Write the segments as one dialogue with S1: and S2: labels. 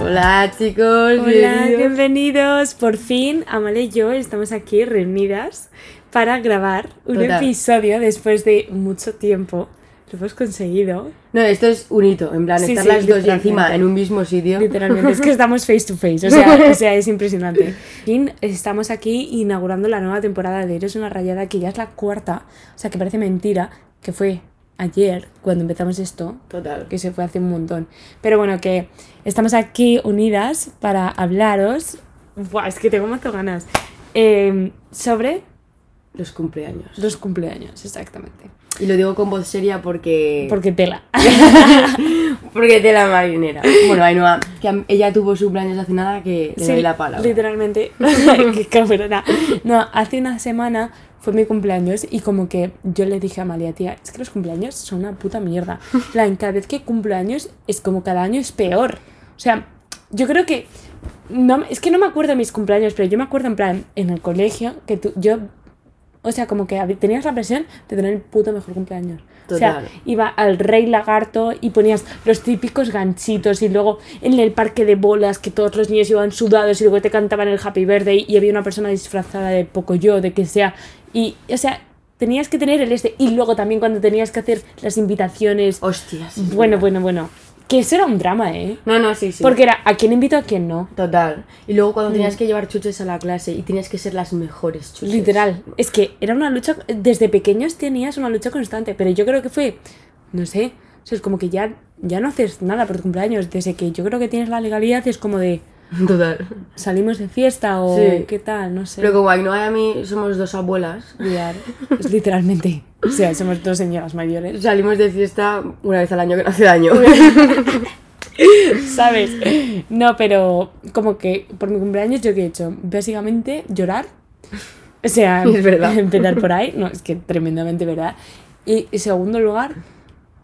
S1: Hola chicos,
S2: Hola, bienvenidos. Por fin, Amal y yo estamos aquí reunidas para grabar un
S1: Total.
S2: episodio después de mucho tiempo. Lo hemos conseguido.
S1: No, esto es un hito, en plan,
S2: Sí,
S1: estar
S2: sí,
S1: las dos
S2: literalmente.
S1: encima en un mismo sitio.
S2: Literalmente, es que estamos face to face. O sea, o sea, es impresionante. Por fin, estamos aquí inaugurando la nueva temporada de Eres una rayada, que ya es la cuarta. O sea, que parece mentira que fue ayer cuando empezamos esto,
S1: Total.
S2: que se fue hace un montón. Pero bueno, que estamos aquí unidas para hablaros. Buah, es que tengo muchas ganas. Eh, sobre
S1: Los cumpleaños.
S2: los cumpleaños, exactamente.
S1: Y lo digo con voz seria porque...
S2: Porque tela.
S1: Porque de la marinera. Bueno, Ainhoa, que am- ella tuvo su cumpleaños hace nada que le doy la palabra.
S2: Literalmente. Qué cabrona. No, hace una semana fue mi cumpleaños y como que yo le dije a Amalia, tía, es que los cumpleaños son una puta mierda. En plan, cada vez que cumpleaños es como cada año es peor. O sea, yo creo que... No, es que no me acuerdo de mis cumpleaños, pero yo me acuerdo en plan, en el colegio, que tú, yo... O sea, como que hab- tenías la presión de tener el puto mejor cumpleaños. O
S1: Total.
S2: sea, iba al rey lagarto y ponías los típicos ganchitos y luego en el parque de bolas que todos los niños iban sudados y luego te cantaban el Happy Birthday y había una persona disfrazada de Pocoyo, de que sea. Y, o sea, tenías que tener el este y luego también cuando tenías que hacer las invitaciones.
S1: Hostias.
S2: bueno, bueno, bueno. Que eso era un drama, ¿eh?
S1: No, no, sí, sí.
S2: Porque era a quién invito, a quién no.
S1: Total. Y luego
S2: Mm.
S1: cuando tenías que llevar chuches a la clase y tenías que ser las mejores chuches.
S2: Literal. Es que era una lucha. Desde pequeños tenías una lucha constante, pero yo creo que fue. No sé. O sea, es como que ya, ya no haces nada por tu cumpleaños. Desde que yo creo que tienes la legalidad es como de.
S1: Total.
S2: Salimos de fiesta o
S1: Sí.
S2: qué tal, no sé.
S1: Pero como Ainhoa y a mí somos dos abuelas,
S2: Cuidar. Es literalmente. O sea, somos dos señoras mayores.
S1: salimos de fiesta una vez al año que no hace daño.
S2: ¿Sabes? No, pero como que por mi cumpleaños yo qué he hecho. Básicamente llorar. O sea,
S1: Es verdad.
S2: empezar por ahí. No, es que tremendamente verdad. Y en segundo lugar,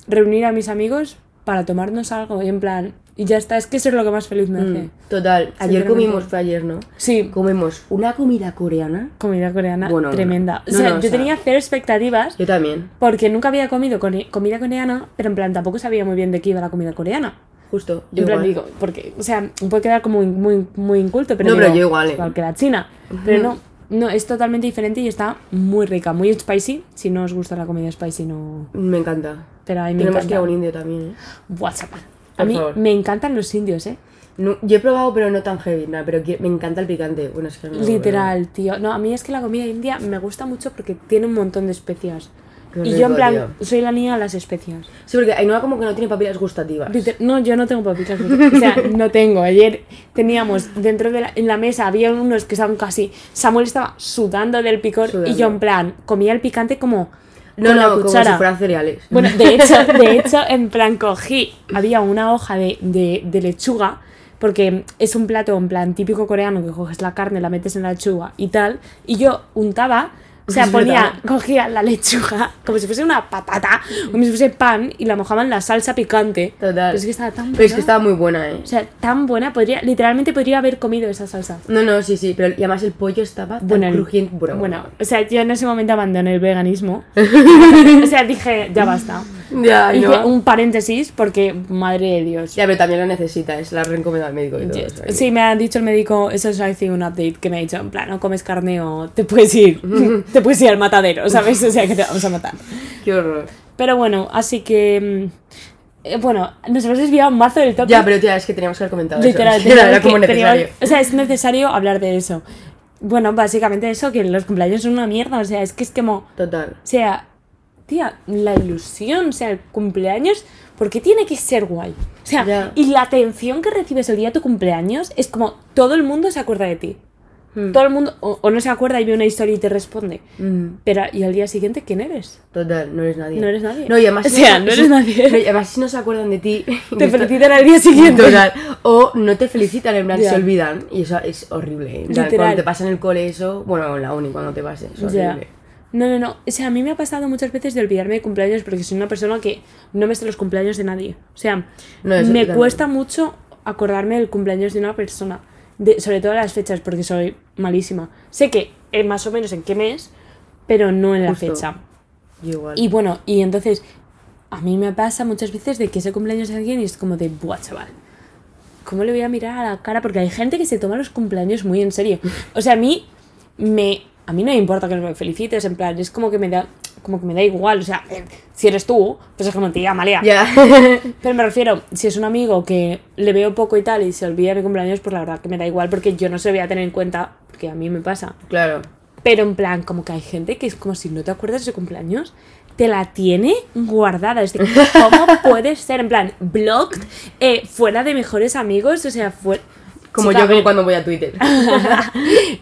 S2: reunir a mis amigos para tomarnos algo. Y en plan, y ya está, es que eso es lo que más feliz me
S1: Mm.
S2: hace.
S1: Total, ayer
S2: Sinceramente.
S1: comimos, fue ayer, ¿no?
S2: Sí,
S1: Comemos una comida coreana.
S2: comida coreana
S1: Bueno, no,
S2: tremenda.
S1: no. No,
S2: O sea,
S1: no, o
S2: yo
S1: sea-
S2: tenía cero expectativas
S1: Yo también,
S2: porque nunca había comido core- comida coreana, pero en plan tampoco sabía muy bien de qué iba la comida coreana.
S1: justo. Yo
S2: Yo en plan
S1: igual.
S2: digo, porque, o sea, puede quedar como in- muy, muy inculto, pero
S1: No, pero
S2: digo,
S1: yo igual, eh.
S2: igual que la china. Pero no, no, es totalmente diferente y está muy rica, muy spicy. Si no os gusta la comida spicy, no...
S1: Me encanta.
S2: Pero a mí me
S1: Tenemos que ir a un
S2: encanta.
S1: indio también, ¿eh?
S2: Buah, chaval. A
S1: Por
S2: mí
S1: favor.
S2: me encantan los indios, ¿eh?
S1: No, yo he probado, pero no tan heavy, nada, pero que- me encanta el picante. Bueno, es que no,
S2: Literal, tío. No, a mí es que la comida india me gusta mucho porque tiene un montón de especias.
S1: Qué
S2: y yo
S1: rico,
S2: en plan,
S1: tío.
S2: soy la niña de las especias.
S1: pero- Sí, porque Ainhoa como que no tiene papilas gustativas.
S2: Liter- No, yo no tengo papitas. O sea, no tengo. Ayer teníamos dentro de la, en la mesa, había unos que estaban casi. Samuel estaba sudando del picor y
S1: Sudando.
S2: yo, en plan, comía el picante como.
S1: No,
S2: con la
S1: no, como si
S2: cuchara.
S1: fueran cereales.
S2: Bueno, de hecho, de hecho, en plan, cogí. Había una hoja de, de- de lechuga, porque es un plato, en plan, típico coreano, que coges la carne, la metes en la lechuga y tal. Y yo untaba. O sea,
S1: Es
S2: ponía,
S1: verdad.
S2: cogía la lechuga como si fuese una patata, como si fuese pan, y la mojaba en la salsa picante.
S1: Total.
S2: Pero es que estaba tan
S1: Pero es que
S2: buena.
S1: estaba muy buena, ¿eh?
S2: O sea, tan buena, podría, literalmente podría haber comido esa salsa.
S1: No, no, sí, sí, pero y además el pollo estaba tan
S2: Bueno, el-
S1: crujiente. Bueno,
S2: Bueno, o sea, yo en ese momento abandoné el veganismo. o sea, dije, ya basta.
S1: Ya,
S2: Hice
S1: Ainhoa.
S2: un paréntesis porque, madre de Dios.
S1: Ya, pero también lo necesita, es la recomiendo al médico y todo.
S2: Yo-
S1: o sea que-
S2: Sí, me ha dicho el médico, eso es, hice un update que me ha dicho, en plan, no comes carne o te puedes ir, te puedes ir al matadero, ¿sabes? O sea, que te vamos a matar.
S1: Qué horror.
S2: Pero bueno, así que... mm, eh, bueno, nos hemos desviado un mazo del top
S1: Ya, pero tía, es que teníamos que haber comentado
S2: Literal,
S1: eso. Era,
S2: teníamos
S1: era como
S2: que- teníamos-
S1: necesario.
S2: o sea, es necesario hablar de eso. Bueno, básicamente eso, que los cumpleaños son una mierda. O sea, es que es como. O
S1: Total.
S2: sea, tía, la ilusión, o sea, el cumpleaños, ¿por qué tiene que ser guay? O sea,
S1: Ya.
S2: y la atención que recibes el día de tu cumpleaños es como todo el mundo se acuerda de ti.
S1: Mm.
S2: Todo el mundo, o, o no se acuerda y ve una historia y te responde.
S1: Mm,
S2: Pero, ¿y al día siguiente quién eres?
S1: Total, no eres nadie.
S2: No eres nadie.
S1: No, y además.
S2: O sea, no eres nadie.
S1: no, y además, si no se acuerdan de ti.
S2: Te
S1: esto-
S2: felicitan al día siguiente.
S1: Total. O no te felicitan, en plan,
S2: Ya.
S1: se olvidan. Y eso es horrible. ¿eh? En plan,
S2: Literal.
S1: cuando te pasa en el cole eso. Bueno, en la uni, cuando te pase. Es horrible.
S2: Ya. No, no, no. O sea, a mí me ha pasado muchas veces de olvidarme de cumpleaños porque soy una persona que no me sé los cumpleaños de nadie. O sea,
S1: No, eso
S2: me
S1: yo
S2: cuesta mucho acordarme del cumpleaños de una persona. De, sobre todo las fechas porque soy malísima. Sé que eh, más o menos en qué mes, pero no en la
S1: Justo.
S2: fecha.
S1: Yo igual.
S2: Y bueno, y entonces a mí me pasa muchas veces de que ese cumpleaños de alguien y es como de, buah, chaval. ¿cómo le voy a mirar a la cara? Porque hay gente que se toma los cumpleaños muy en serio. O sea, a mí me a mí no me importa que me felicites, en plan, es como que me da como que me da igual, o sea, eh, si eres tú, pues es como tía, Malia.
S1: Ya.
S2: Pero me refiero, si es un amigo que le veo poco y tal y se olvida de mi cumpleaños, pues la verdad que me da igual porque yo no se lo voy a tener en cuenta, porque a mí me pasa.
S1: Claro.
S2: Pero en plan, como que hay gente que es como si no te acuerdas de su cumpleaños, te la tiene guardada. Es decir, ¿cómo puedes ser? En plan, blocked, eh, fuera de mejores amigos, o sea, fuera.
S1: Como
S2: Chica,
S1: yo
S2: a
S1: como
S2: ver.
S1: cuando voy a Twitter.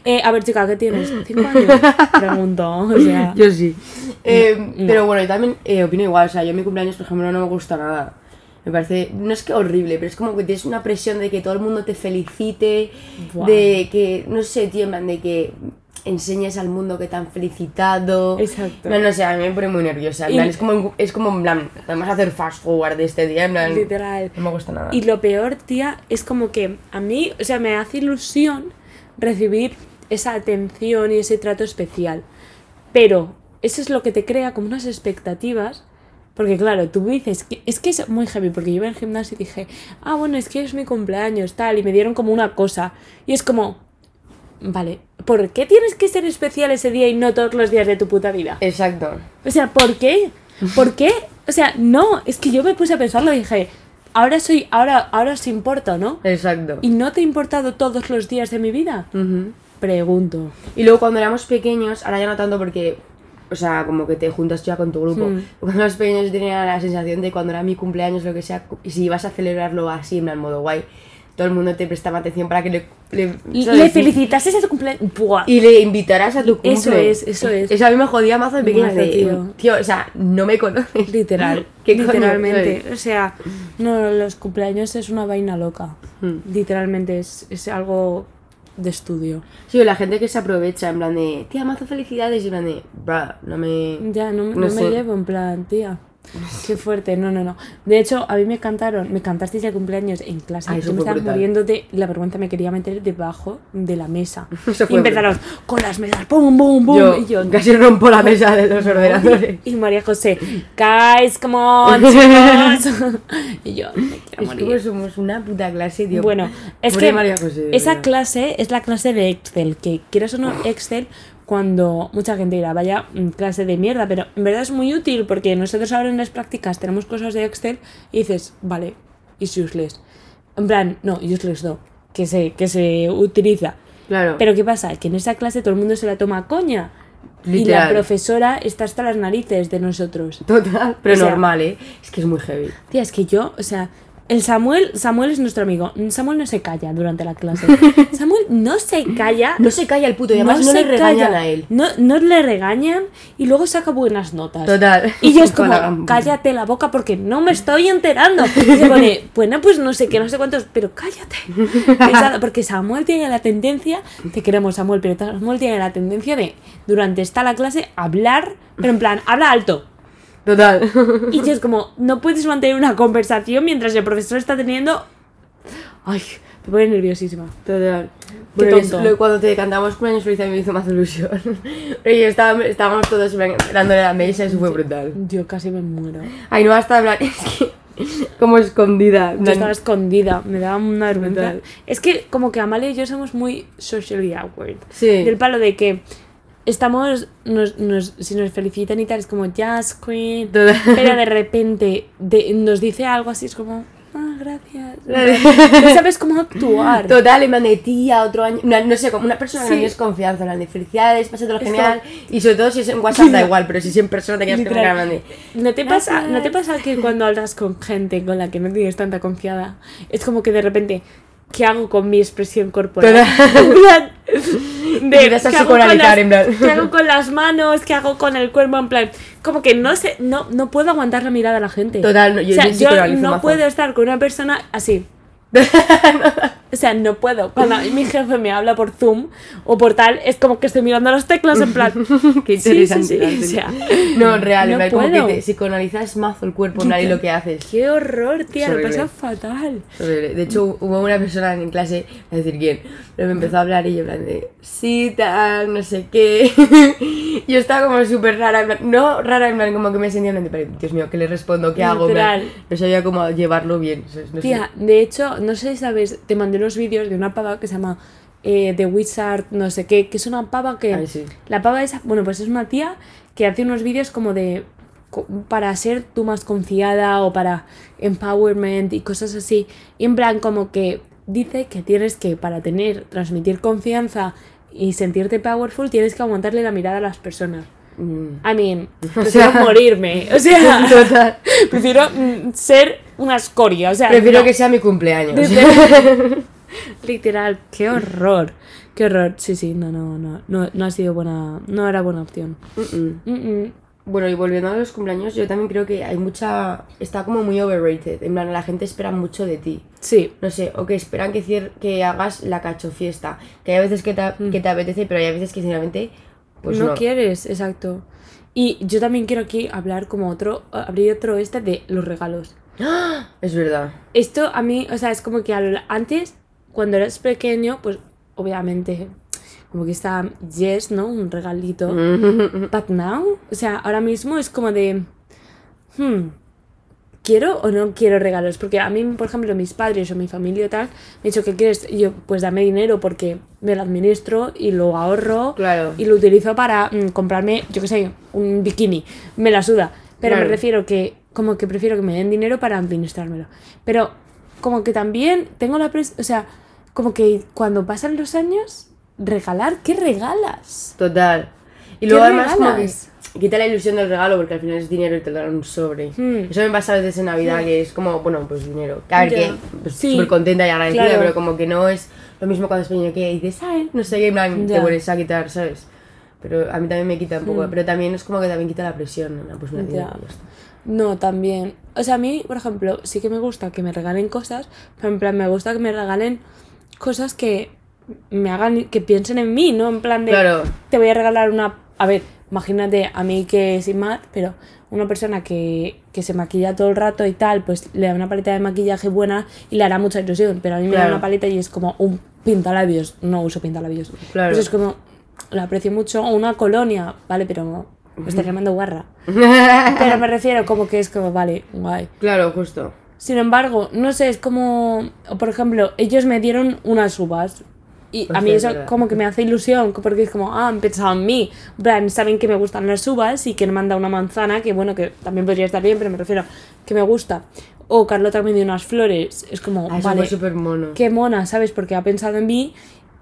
S2: Eh, a ver, chica, ¿qué tienes? ¿Cinco años? Pregunto, o sea.
S1: Yo sí. Eh, Pero bueno, yo también eh, opino igual. O sea, yo en mi cumpleaños, por ejemplo, no me gusta nada. Me parece, no es que horrible, pero es como que tienes una presión de que todo el mundo te felicite,
S2: Buah.
S1: de que, no sé, tío, en plan, de que enseñes al mundo que te han felicitado.
S2: Exacto.
S1: No, no sé, a mí me pone muy nerviosa. En
S2: Y-
S1: plan, es como, es como, en plan, vamos a hacer fast forward de este día, en plan,
S2: Literal.
S1: no me gusta nada.
S2: Y lo peor, tía, es como que a mí, o sea, me hace ilusión recibir esa atención y ese trato especial. Pero eso es lo que te crea como unas expectativas. Porque claro, tú dices, que, es que es muy heavy, porque yo iba al gimnasio y dije, ah, bueno, es que es mi cumpleaños, tal, y me dieron como una cosa. Y es como, vale, ¿por qué tienes que ser especial ese día y no todos los días de tu puta vida?
S1: Exacto.
S2: O sea, ¿por qué? ¿Por qué? O sea, no, es que yo me puse a pensarlo y dije, ahora soy, ahora, ahora os importo, ¿no?
S1: Exacto.
S2: ¿Y no te he importado todos los días de mi vida?
S1: Ujú.
S2: Pregunto.
S1: Y luego cuando éramos pequeños, ahora ya no tanto porque, o sea, como que te juntas ya con tu grupo.
S2: Mm.
S1: Cuando éramos pequeños yo tenía la sensación de cuando era mi cumpleaños, lo que sea, cu- y si ibas a celebrarlo así, en plan modo guay, todo el mundo te prestaba atención para que le... le-
S2: Le,
S1: ¿sabes?
S2: felicitases a tu cumpleaños. Buah.
S1: Y le invitaras a tu cumple.
S2: Eso es, eso es.
S1: Eso a mí me jodía más de pequeña.
S2: Mazo,
S1: de,
S2: tío.
S1: tío, o sea, no me conoces.
S2: Literal,
S1: ¿Qué coño,
S2: literalmente.
S1: sabes?
S2: o sea, no, los cumpleaños es una vaina loca.
S1: Hmm.
S2: Literalmente es, es algo de estudio.
S1: Sí, la gente que se aprovecha, en plan de, tía, mazo felicidades, y en plan de, bruh, no me...
S2: Ya, no, me-
S1: No
S2: no me
S1: sé.
S2: llevo en plan, tía. Qué fuerte, no, no, no. De hecho, a mí me cantaron, me cantasteis el cumpleaños en clase.
S1: Ay,
S2: yo
S1: eso
S2: me
S1: fue
S2: estaba
S1: brutal.
S2: muriendo de la vergüenza, me quería meter debajo de la mesa.
S1: Eso
S2: y
S1: fue
S2: empezaron con las mesas, pum, pum, pum.
S1: Yo,
S2: y yo,
S1: casi rompo la mesa de los ordenadores.
S2: y María José, guys, come on, chicos. y yo, me quiero
S1: Es que pues
S2: morir.
S1: somos una puta clase, tío.
S2: Bueno, es
S1: Pobre
S2: que
S1: María José, de
S2: esa
S1: verdad.
S2: clase es la clase de Excel, que quieras o no, Excel, cuando mucha gente dirá, vaya mm, clase de mierda, pero en verdad es muy útil porque nosotros ahora en las prácticas tenemos cosas de Excel y dices, vale, is useless. En plan, no, useless no, que se, que se utiliza.
S1: Claro.
S2: Pero ¿qué pasa? Que en esa clase todo el mundo se la toma a coña. Y la
S1: Literal.
S2: profesora está hasta las narices de nosotros.
S1: Total, pero
S2: o sea-
S1: normal, ¿eh? Es que es muy heavy.
S2: Tía, es que yo, o sea, el Samuel, Samuel es nuestro amigo. Samuel no se calla durante la clase. Samuel no se calla.
S1: No se calla el puto, y además no,
S2: se
S1: le regañan
S2: calla.
S1: a él.
S2: No, no le regañan y luego saca buenas notas.
S1: Total.
S2: Y yo es
S1: Con
S2: como,
S1: la gamba.
S2: cállate la boca porque no me estoy enterando. Y se pone, bueno, pues no sé qué, no sé cuántos, pero cállate. Pesado, porque Samuel tiene la tendencia, te queremos Samuel, pero Samuel tiene la tendencia de, durante esta la clase, hablar, pero en plan, habla alto.
S1: Total.
S2: Y yo es como, no puedes mantener una conversación mientras el profesor está teniendo... Ay, me pone nerviosísima.
S1: Total.
S2: Qué
S1: Bueno,
S2: tonto.
S1: lo- cuando te cantamos cumpleaños feliz a mí me hizo más ilusión. Pero yo estaba, estábamos todos dándole la mesa, eso fue brutal.
S2: Yo casi me muero.
S1: Ay, no, hasta hablar, es que como escondida. en
S2: Yo
S1: plan-
S2: estaba escondida, me daba una vergüenza.
S1: Brutal.
S2: Es que como que Amalia y yo somos muy socially awkward.
S1: Sí.
S2: Del palo de que estamos, nos, nos- si nos felicitan y tal, es como jazz queen.
S1: Total.
S2: Pero de repente de- nos dice algo así, es como, ah, gracias. No sabes cómo actuar.
S1: Total, en plan de tía, otro año. No, no sé, como una persona que
S2: Sí.
S1: no tienes confianza, en plan de felicidades, pásatelo
S2: Es
S1: genial. Y sobre todo si es en WhatsApp da igual, pero si es en persona te quedas con
S2: Literal.
S1: cara en plan de.
S2: ¿No te, pasa, ¿No te
S1: Gracias.
S2: pasa que cuando hablas con gente con la que no tienes tanta confianza, es como que de repente, ¿qué hago con mi expresión corporal? En plan, de,
S1: Empiezas a
S2: ¿qué hago
S1: psicoanalizar,
S2: con
S1: en
S2: las-
S1: plan.
S2: ¿Qué hago con las manos? ¿Qué hago con el cuerpo? En plan, como que no sé, no, no puedo aguantar la mirada de la gente.
S1: Total, no, yo-
S2: o sea,
S1: yo
S2: yo
S1: psicoanalizo
S2: no
S1: mazo.
S2: puedo estar con una persona así. O sea, no puedo. Cuando mi jefe me habla por Zoom o por tal, es como que estoy mirando las teclas en plan.
S1: Qué
S2: Sí,
S1: interesante.
S2: sí, sí,
S1: la
S2: o sea,
S1: tele. no, real,
S2: no
S1: en plan, como
S2: puedo.
S1: que te psicoanalizas mazo el cuerpo, en plan, y lo que haces.
S2: ¡Qué horror, tía! Lo
S1: Horrible.
S2: pasa fatal.
S1: Horrible. De hecho,
S2: Mm.
S1: hubo una persona en clase, a decir quién, pero me empezó a hablar y yo en plan de, sí, tal, no sé qué. yo estaba como súper rara, en plan- no rara, en plan, como que me sentía en plan de, pero, Dios mío, ¿qué le respondo? ¿Qué hago? En plan,
S2: Literal.
S1: No sabía cómo llevarlo bien. ¿sabes? No sé.
S2: Tía, de hecho, no sé si sabes, te mandé unos vídeos de una pava que se llama eh, The Wizard, no sé qué, que es una pava que.
S1: Ay, sí.
S2: La pava esa, bueno, pues es una tía que hace unos vídeos como de. co- para ser tú más confiada o para empowerment y cosas así. Y en plan, como que dice que tienes que, para tener, transmitir confianza y sentirte powerful, tienes que aguantarle la mirada a las personas.
S1: Mm.
S2: I mean, prefiero
S1: sea-
S2: morirme. O sea,
S1: Total.
S2: prefiero mm, ser una escoria. O sea,
S1: Prefiero
S2: no.
S1: que sea mi cumpleaños.
S2: Literal, qué horror. Qué horror. Sí, sí, no, no, no. No, no ha sido buena. No era buena opción.
S1: Mm-mm.
S2: Mm, mm.
S1: Bueno, y volviendo a los cumpleaños, yo también creo que hay mucha. Está como muy overrated. En plan, la gente espera mucho de ti.
S2: Sí.
S1: No sé, o que esperan que, cier- que hagas la cachofiesta. Que hay veces que te, que te apetece, pero hay veces que sinceramente. Pues
S2: no,
S1: Mm. no.
S2: quieres, exacto. Y yo también quiero aquí hablar como otro. Abrir otro este de los regalos.
S1: ¡Ah! Es verdad.
S2: Esto a mí, o sea, es como que al- antes, cuando eras pequeño, pues obviamente. Como que está yes, ¿no? Un regalito. But now, o sea, ahora mismo es como de. hmm, ¿Quiero o no quiero regalos? Porque a mí, por ejemplo, mis padres o mi familia o tal, me han dicho que quieres. Y yo, pues dame dinero porque me lo administro y lo ahorro
S1: Claro.
S2: y lo utilizo para mm, comprarme, yo qué sé, un bikini. Me la suda. Pero me
S1: Claro.
S2: refiero que, como que prefiero que me den dinero para administrármelo. Pero, como que también tengo la pres. O sea, como que cuando pasan los años, regalar, ¿qué regalas?
S1: Total. Y luego
S2: ¿Qué
S1: además
S2: regalas?
S1: como que quita la ilusión del regalo porque al final es dinero y te dan un sobre.
S2: Hmm.
S1: Eso me pasa a veces en Navidad que es como, bueno, pues dinero. Que a ver,
S2: Ya.
S1: que pues,
S2: Sí.
S1: súper contenta y agradecida,
S2: Claro.
S1: pero como que no es lo mismo cuando es pequeño que dices, ay, no sé qué, en plan, te
S2: Ya. Hmm.
S1: vuelves a quitar, ¿sabes? Pero a mí también me quita un poco, pero también es como que también quita la presión, ¿no? Pues me
S2: Ya. No, también. O sea, a mí, por ejemplo, sí que me gusta que me regalen cosas, pero en plan, me gusta que me regalen cosas que me hagan, que piensen en mí, ¿no? En plan de,
S1: Claro.
S2: te voy a regalar una... A ver, imagínate a mí que soy mat, pero una persona que, que se maquilla todo el rato y tal, pues le da una paleta de maquillaje buena y le hará mucha ilusión, pero a mí me da
S1: Claro.
S2: una paleta y es como un pintalabios, no uso pintalabios.
S1: Claro.
S2: Pues es como, lo aprecio mucho, o una colonia, vale, pero me está llamando guarra. Pero me refiero como que es como, vale, guay.
S1: Claro, justo.
S2: Sin embargo, no sé, es como, o por ejemplo, ellos me dieron unas uvas. Y
S1: Pues
S2: a mí
S1: sí, es
S2: eso
S1: verdad.
S2: como que me hace ilusión, porque es como, ah, han pensado en mí. En plan, saben que me gustan las uvas y que me manda una manzana, que bueno, que también podría estar bien, pero me refiero que me gusta. O Carlota me dio unas flores. Es como,
S1: Ah, eso
S2: vale,
S1: fue súper mono.
S2: qué mona, ¿sabes? Porque ha pensado en mí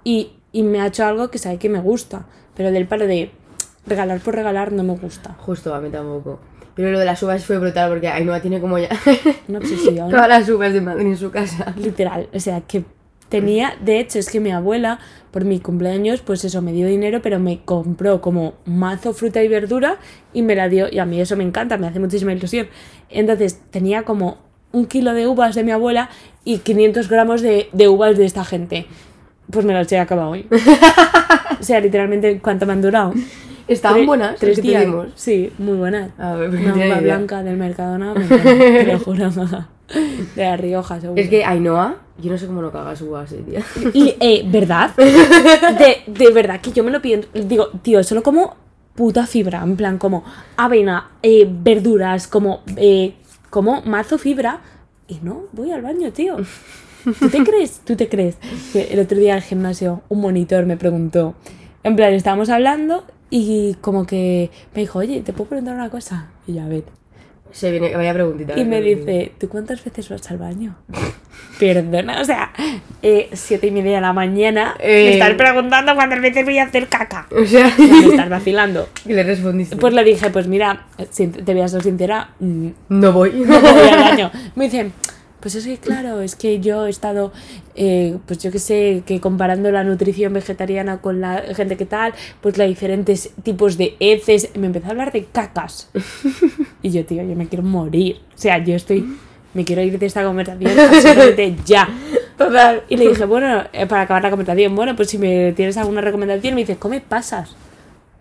S2: y, y me ha hecho algo que sabe que me gusta. Pero del palo de regalar por regalar no me gusta.
S1: Justo, a mí tampoco. Pero lo de las uvas fue brutal porque Ainhoa tiene como ya
S2: Una obsesión.
S1: todas las uvas de Madrid en su casa.
S2: Literal, o sea, que tenía, de hecho, es que mi abuela, por mi cumpleaños, pues eso, me dio dinero, pero me compró como mazo fruta y verdura y me la dio, y a mí eso me encanta, me hace muchísima ilusión. Entonces, tenía como un kilo de uvas de mi abuela y 500 gramos de, de uvas de esta gente. Pues me las he acabado hoy. O sea, literalmente, ¿cuánto me han durado?
S1: Estaban
S2: Tre-
S1: buenas,
S2: tres
S1: que te
S2: días.
S1: dimos.
S2: Sí, muy buenas.
S1: A ver, pues
S2: Una
S1: no tenía
S2: uva
S1: ni idea.
S2: blanca del Mercadona, me encanta, te lo juro. De la Rioja, seguro.
S1: Es que Ainhoa, yo no sé cómo no cagas uvas, eh, tía.
S2: Y, eh, ¿verdad? De, de verdad que yo me lo pienso. Digo, tío, solo como puta fibra. En plan, como avena, eh, verduras, como, eh, como mazo fibra. Y no, voy al baño, tío. ¿Tú te crees? ¿Tú te crees? Que el otro día al gimnasio un monitor me preguntó. En plan, estábamos hablando y como que me dijo, oye, ¿te puedo preguntar una cosa? Y yo, a ver.
S1: Se viene, vaya preguntita.
S2: Y me
S1: vaya preguntita.
S2: dice, ¿tú cuántas veces vas al baño? Perdona, o sea, eh, siete y media de la mañana, me
S1: Eh.
S2: estás preguntando cuántas veces voy a hacer caca.
S1: O sea,
S2: O sea, me estás vacilando.
S1: que le respondiste.
S2: Pues le dije, pues mira, sin- te voy a ser sincera, mm,
S1: No voy.
S2: no voy al baño. Me dice, pues es que claro, es que yo he estado, eh, pues yo qué sé, que comparando la nutrición vegetariana con la gente que tal, pues hay diferentes tipos de heces. Me empezó a hablar de cacas. Y yo, tío, yo me quiero morir. O sea, yo estoy, me quiero ir de esta conversación absolutamente ya.
S1: Total.
S2: Y le dije, bueno, eh, para acabar la conversación, bueno, pues si me tienes alguna recomendación, me dice, come pasas.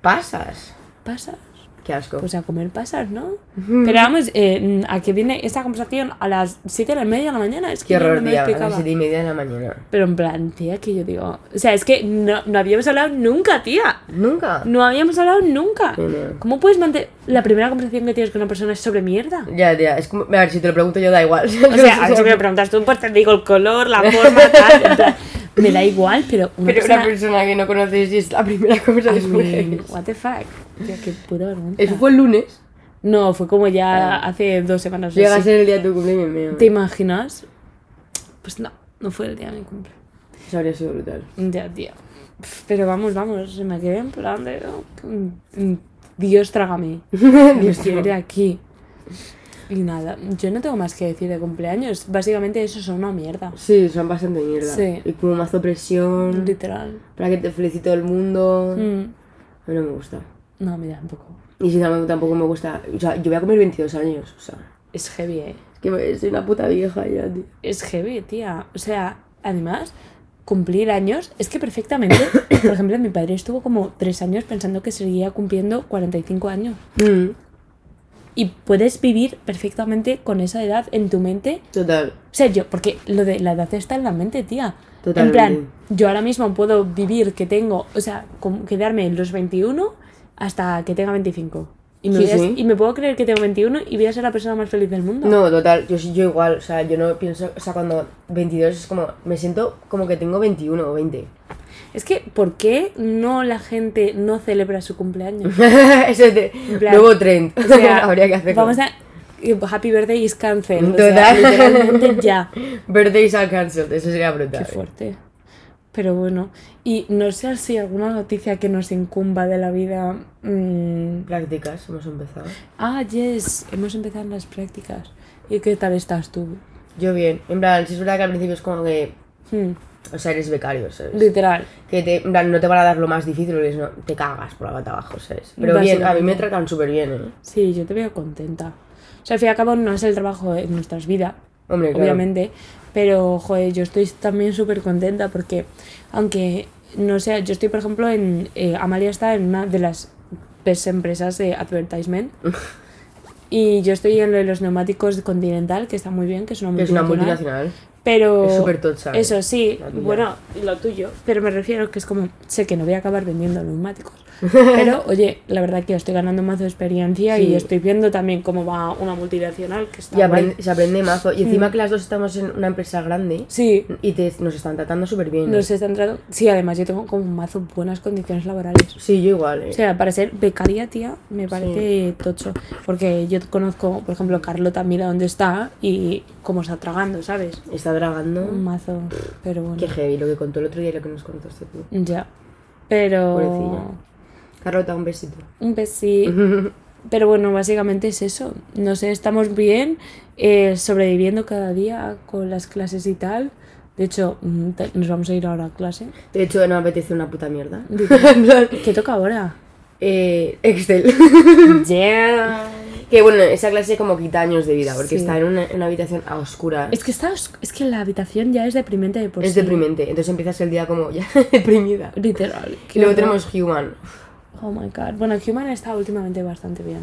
S1: Pasas.
S2: ¿Pasas?
S1: Qué asco.
S2: Pues a comer pasas, ¿no? Pero vamos, eh, ¿a qué viene esta conversación? A las siete de la media de la mañana. Es que
S1: Qué
S2: yo
S1: horror,
S2: no me
S1: tía. A las
S2: explicaba.
S1: siete y media de la mañana.
S2: Pero en plan, tía, que yo digo... O sea, es que no, no habíamos hablado nunca, tía.
S1: Nunca.
S2: No habíamos hablado nunca.
S1: Sí, no.
S2: ¿Cómo puedes mantener... La primera conversación que tienes con una persona es sobre mierda.
S1: Ya, ya. Es como. A ver, si te lo pregunto yo, da igual.
S2: O sea, a ver si me preguntas tú, pues te digo el color, la forma, tal. en plan, me da igual, pero una
S1: Pero
S2: persona...
S1: una persona que no conoces y es la primera
S2: I
S1: conversación.
S2: mean, what the fuck. Tía, qué puta vergüenza.
S1: Eso fue Ah. el lunes.
S2: No, fue como ya hace dos semanas. o
S1: Llega a
S2: así.
S1: ser el día de tu cumpleaños mío.
S2: Pues ¿Te imaginas? Pues no, no fue el día de mi cumple.
S1: Eso habría sido brutal.
S2: Ya, tía. Pf, Pero vamos, vamos, se me quedé en plan de... mm, mm, Dios trágame. Dios quiere aquí. Y nada, yo no tengo más que decir de cumpleaños. Básicamente eso son una mierda.
S1: Sí, son bastante mierda.
S2: Sí.
S1: Y como mazo presión.
S2: Literal.
S1: Para que te felicite todo el mundo.
S2: Mm,
S1: A mí no me gusta.
S2: No, mira, tampoco.
S1: Y si tampoco, tampoco me gusta. O sea, yo voy a comer 22 años. O sea,
S2: Es heavy, eh.
S1: es que me- soy una puta vieja ya, tío.
S2: Es heavy, tía. O sea, además, cumplir años es que perfectamente. Por ejemplo, mi padre estuvo como tres años pensando que seguía cumpliendo 45 años.
S1: Mm,
S2: Y puedes vivir perfectamente con esa edad en tu mente.
S1: total.
S2: O sea, yo, porque lo de la edad está en la mente, tía.
S1: Totalmente.
S2: En plan, yo ahora mismo puedo vivir que tengo, o sea, como quedarme en los 21 hasta que tenga 25. Y me,
S1: Sí,
S2: voy a-
S1: sí.
S2: y me puedo creer que tengo 21 y voy a ser la persona más feliz del mundo.
S1: No, total, yo, sí- yo igual, o sea, yo no pienso, o sea, cuando 22 es como, me siento como que tengo 21 o 20.
S2: Es que, ¿por qué no la gente no celebra su cumpleaños?
S1: Eso es de,
S2: plan,
S1: nuevo trend,
S2: O sea,
S1: habría que hacerlo.
S2: Vamos a. eh, Happy birthday is cancel. O sea,
S1: Total.
S2: literalmente ya.
S1: Birthdays are cancelled, eso sería brutal.
S2: Qué fuerte. Pero bueno. Y no sé si alguna noticia que nos incumba de la vida. mm,
S1: Prácticas, hemos empezado.
S2: Ah, yes, hemos empezado las prácticas. ¿Y qué tal estás tú?
S1: Yo bien, en plan, si es verdad que al principio es como que,
S2: Hmm,
S1: o sea, eres becario, ¿sabes?
S2: Literal.
S1: que te, en plan, no te van a dar lo más difícil, eres, no, te cagas por la pata abajo, ¿sabes? Pero bien, a mí me
S2: Básicamente.
S1: tratan súper bien, ¿eh?
S2: Sí, yo te veo contenta. O sea, al fin y al cabo no es el trabajo en nuestras vidas,
S1: Hombre, claro.
S2: obviamente, pero joder, yo estoy también súper contenta porque, aunque no sea, yo estoy por ejemplo en. eh, Amalia está en una de las best empresas de advertisement. Y yo estoy en lo de los neumáticos de Continental, que está muy bien, que es una
S1: Que es una
S2: multinacional.
S1: multinacional.
S2: Pero.
S1: Es súper tocha, ¿eh?
S2: Eso sí,
S1: La tuya.
S2: bueno, lo tuyo. Pero me refiero que es como, sé que no voy a acabar vendiendo neumáticos. Pero, oye, la verdad que estoy ganando más de experiencia
S1: Sí.
S2: y estoy viendo también cómo va una multinacional que está.
S1: Y
S2: guay. Mm.
S1: aprende- se aprende mazo. Y encima que las dos estamos en una empresa grande
S2: Sí,
S1: y te, nos están tratando súper bien. ¿eh?
S2: nos están tratando. Sí, además yo tengo como un mazo buenas condiciones laborales.
S1: Sí, yo igual. ¿eh?
S2: O sea, para ser becaria, tía, me parece tocho. Porque yo conozco, por ejemplo, Carlota, mira dónde está y cómo está tragando, ¿sabes?
S1: Está dragando.
S2: Un mazo, pero bueno.
S1: Qué heavy lo que contó este el otro día y lo que nos contaste tú.
S2: Ya. Pero.
S1: Pobrecilla. Carlota, un besito.
S2: Un besito. Pero bueno, básicamente es eso. No sé, estamos bien, eh, sobreviviendo cada día con las clases y tal. De hecho, mm, te- nos vamos a ir ahora a clase.
S1: De hecho, no me apetece una puta mierda.
S2: ¿Qué toca ahora?
S1: Eh, Excel. Ah.
S2: Yeah.
S1: que bueno, esa clase como quita años de vida porque
S2: Sí.
S1: está en una, en una habitación a oscuras.
S2: Es que, está os- es que la habitación ya es deprimente de por
S1: Es
S2: sí.
S1: deprimente. Entonces empiezas el día como ya deprimida.
S2: Literal.
S1: Y luego tenemos Human.
S2: Oh my god. Bueno, Human está últimamente bastante bien.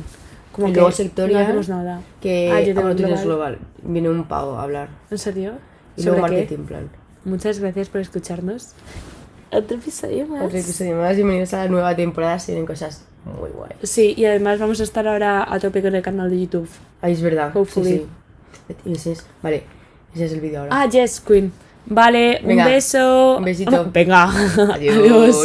S2: Como
S1: Y
S2: que
S1: luego Sectorial,
S2: no hacemos nada.
S1: Que
S2: Ah, yo tengo
S1: ah, bueno, tú tienes
S2: global.
S1: global. Viene un pavo a hablar.
S2: ¿En serio?
S1: Y luego
S2: ¿Sobre qué?
S1: marketing plan.
S2: Muchas gracias por escucharnos. Otro episodio más.
S1: Otro episodio más. Bienvenidos a la nueva temporada. Se vienen cosas muy guay.
S2: Sí, y además vamos a estar ahora a tope con el canal de YouTube.
S1: Ahí es verdad.
S2: Hopefully.
S1: Sí, sí. Y ese es- vale, ese es el vídeo ahora.
S2: Ah, Yes Queen. Ah, Vale,
S1: Venga,
S2: un beso.
S1: un besito.
S2: Venga,
S1: Adiós.
S2: adiós.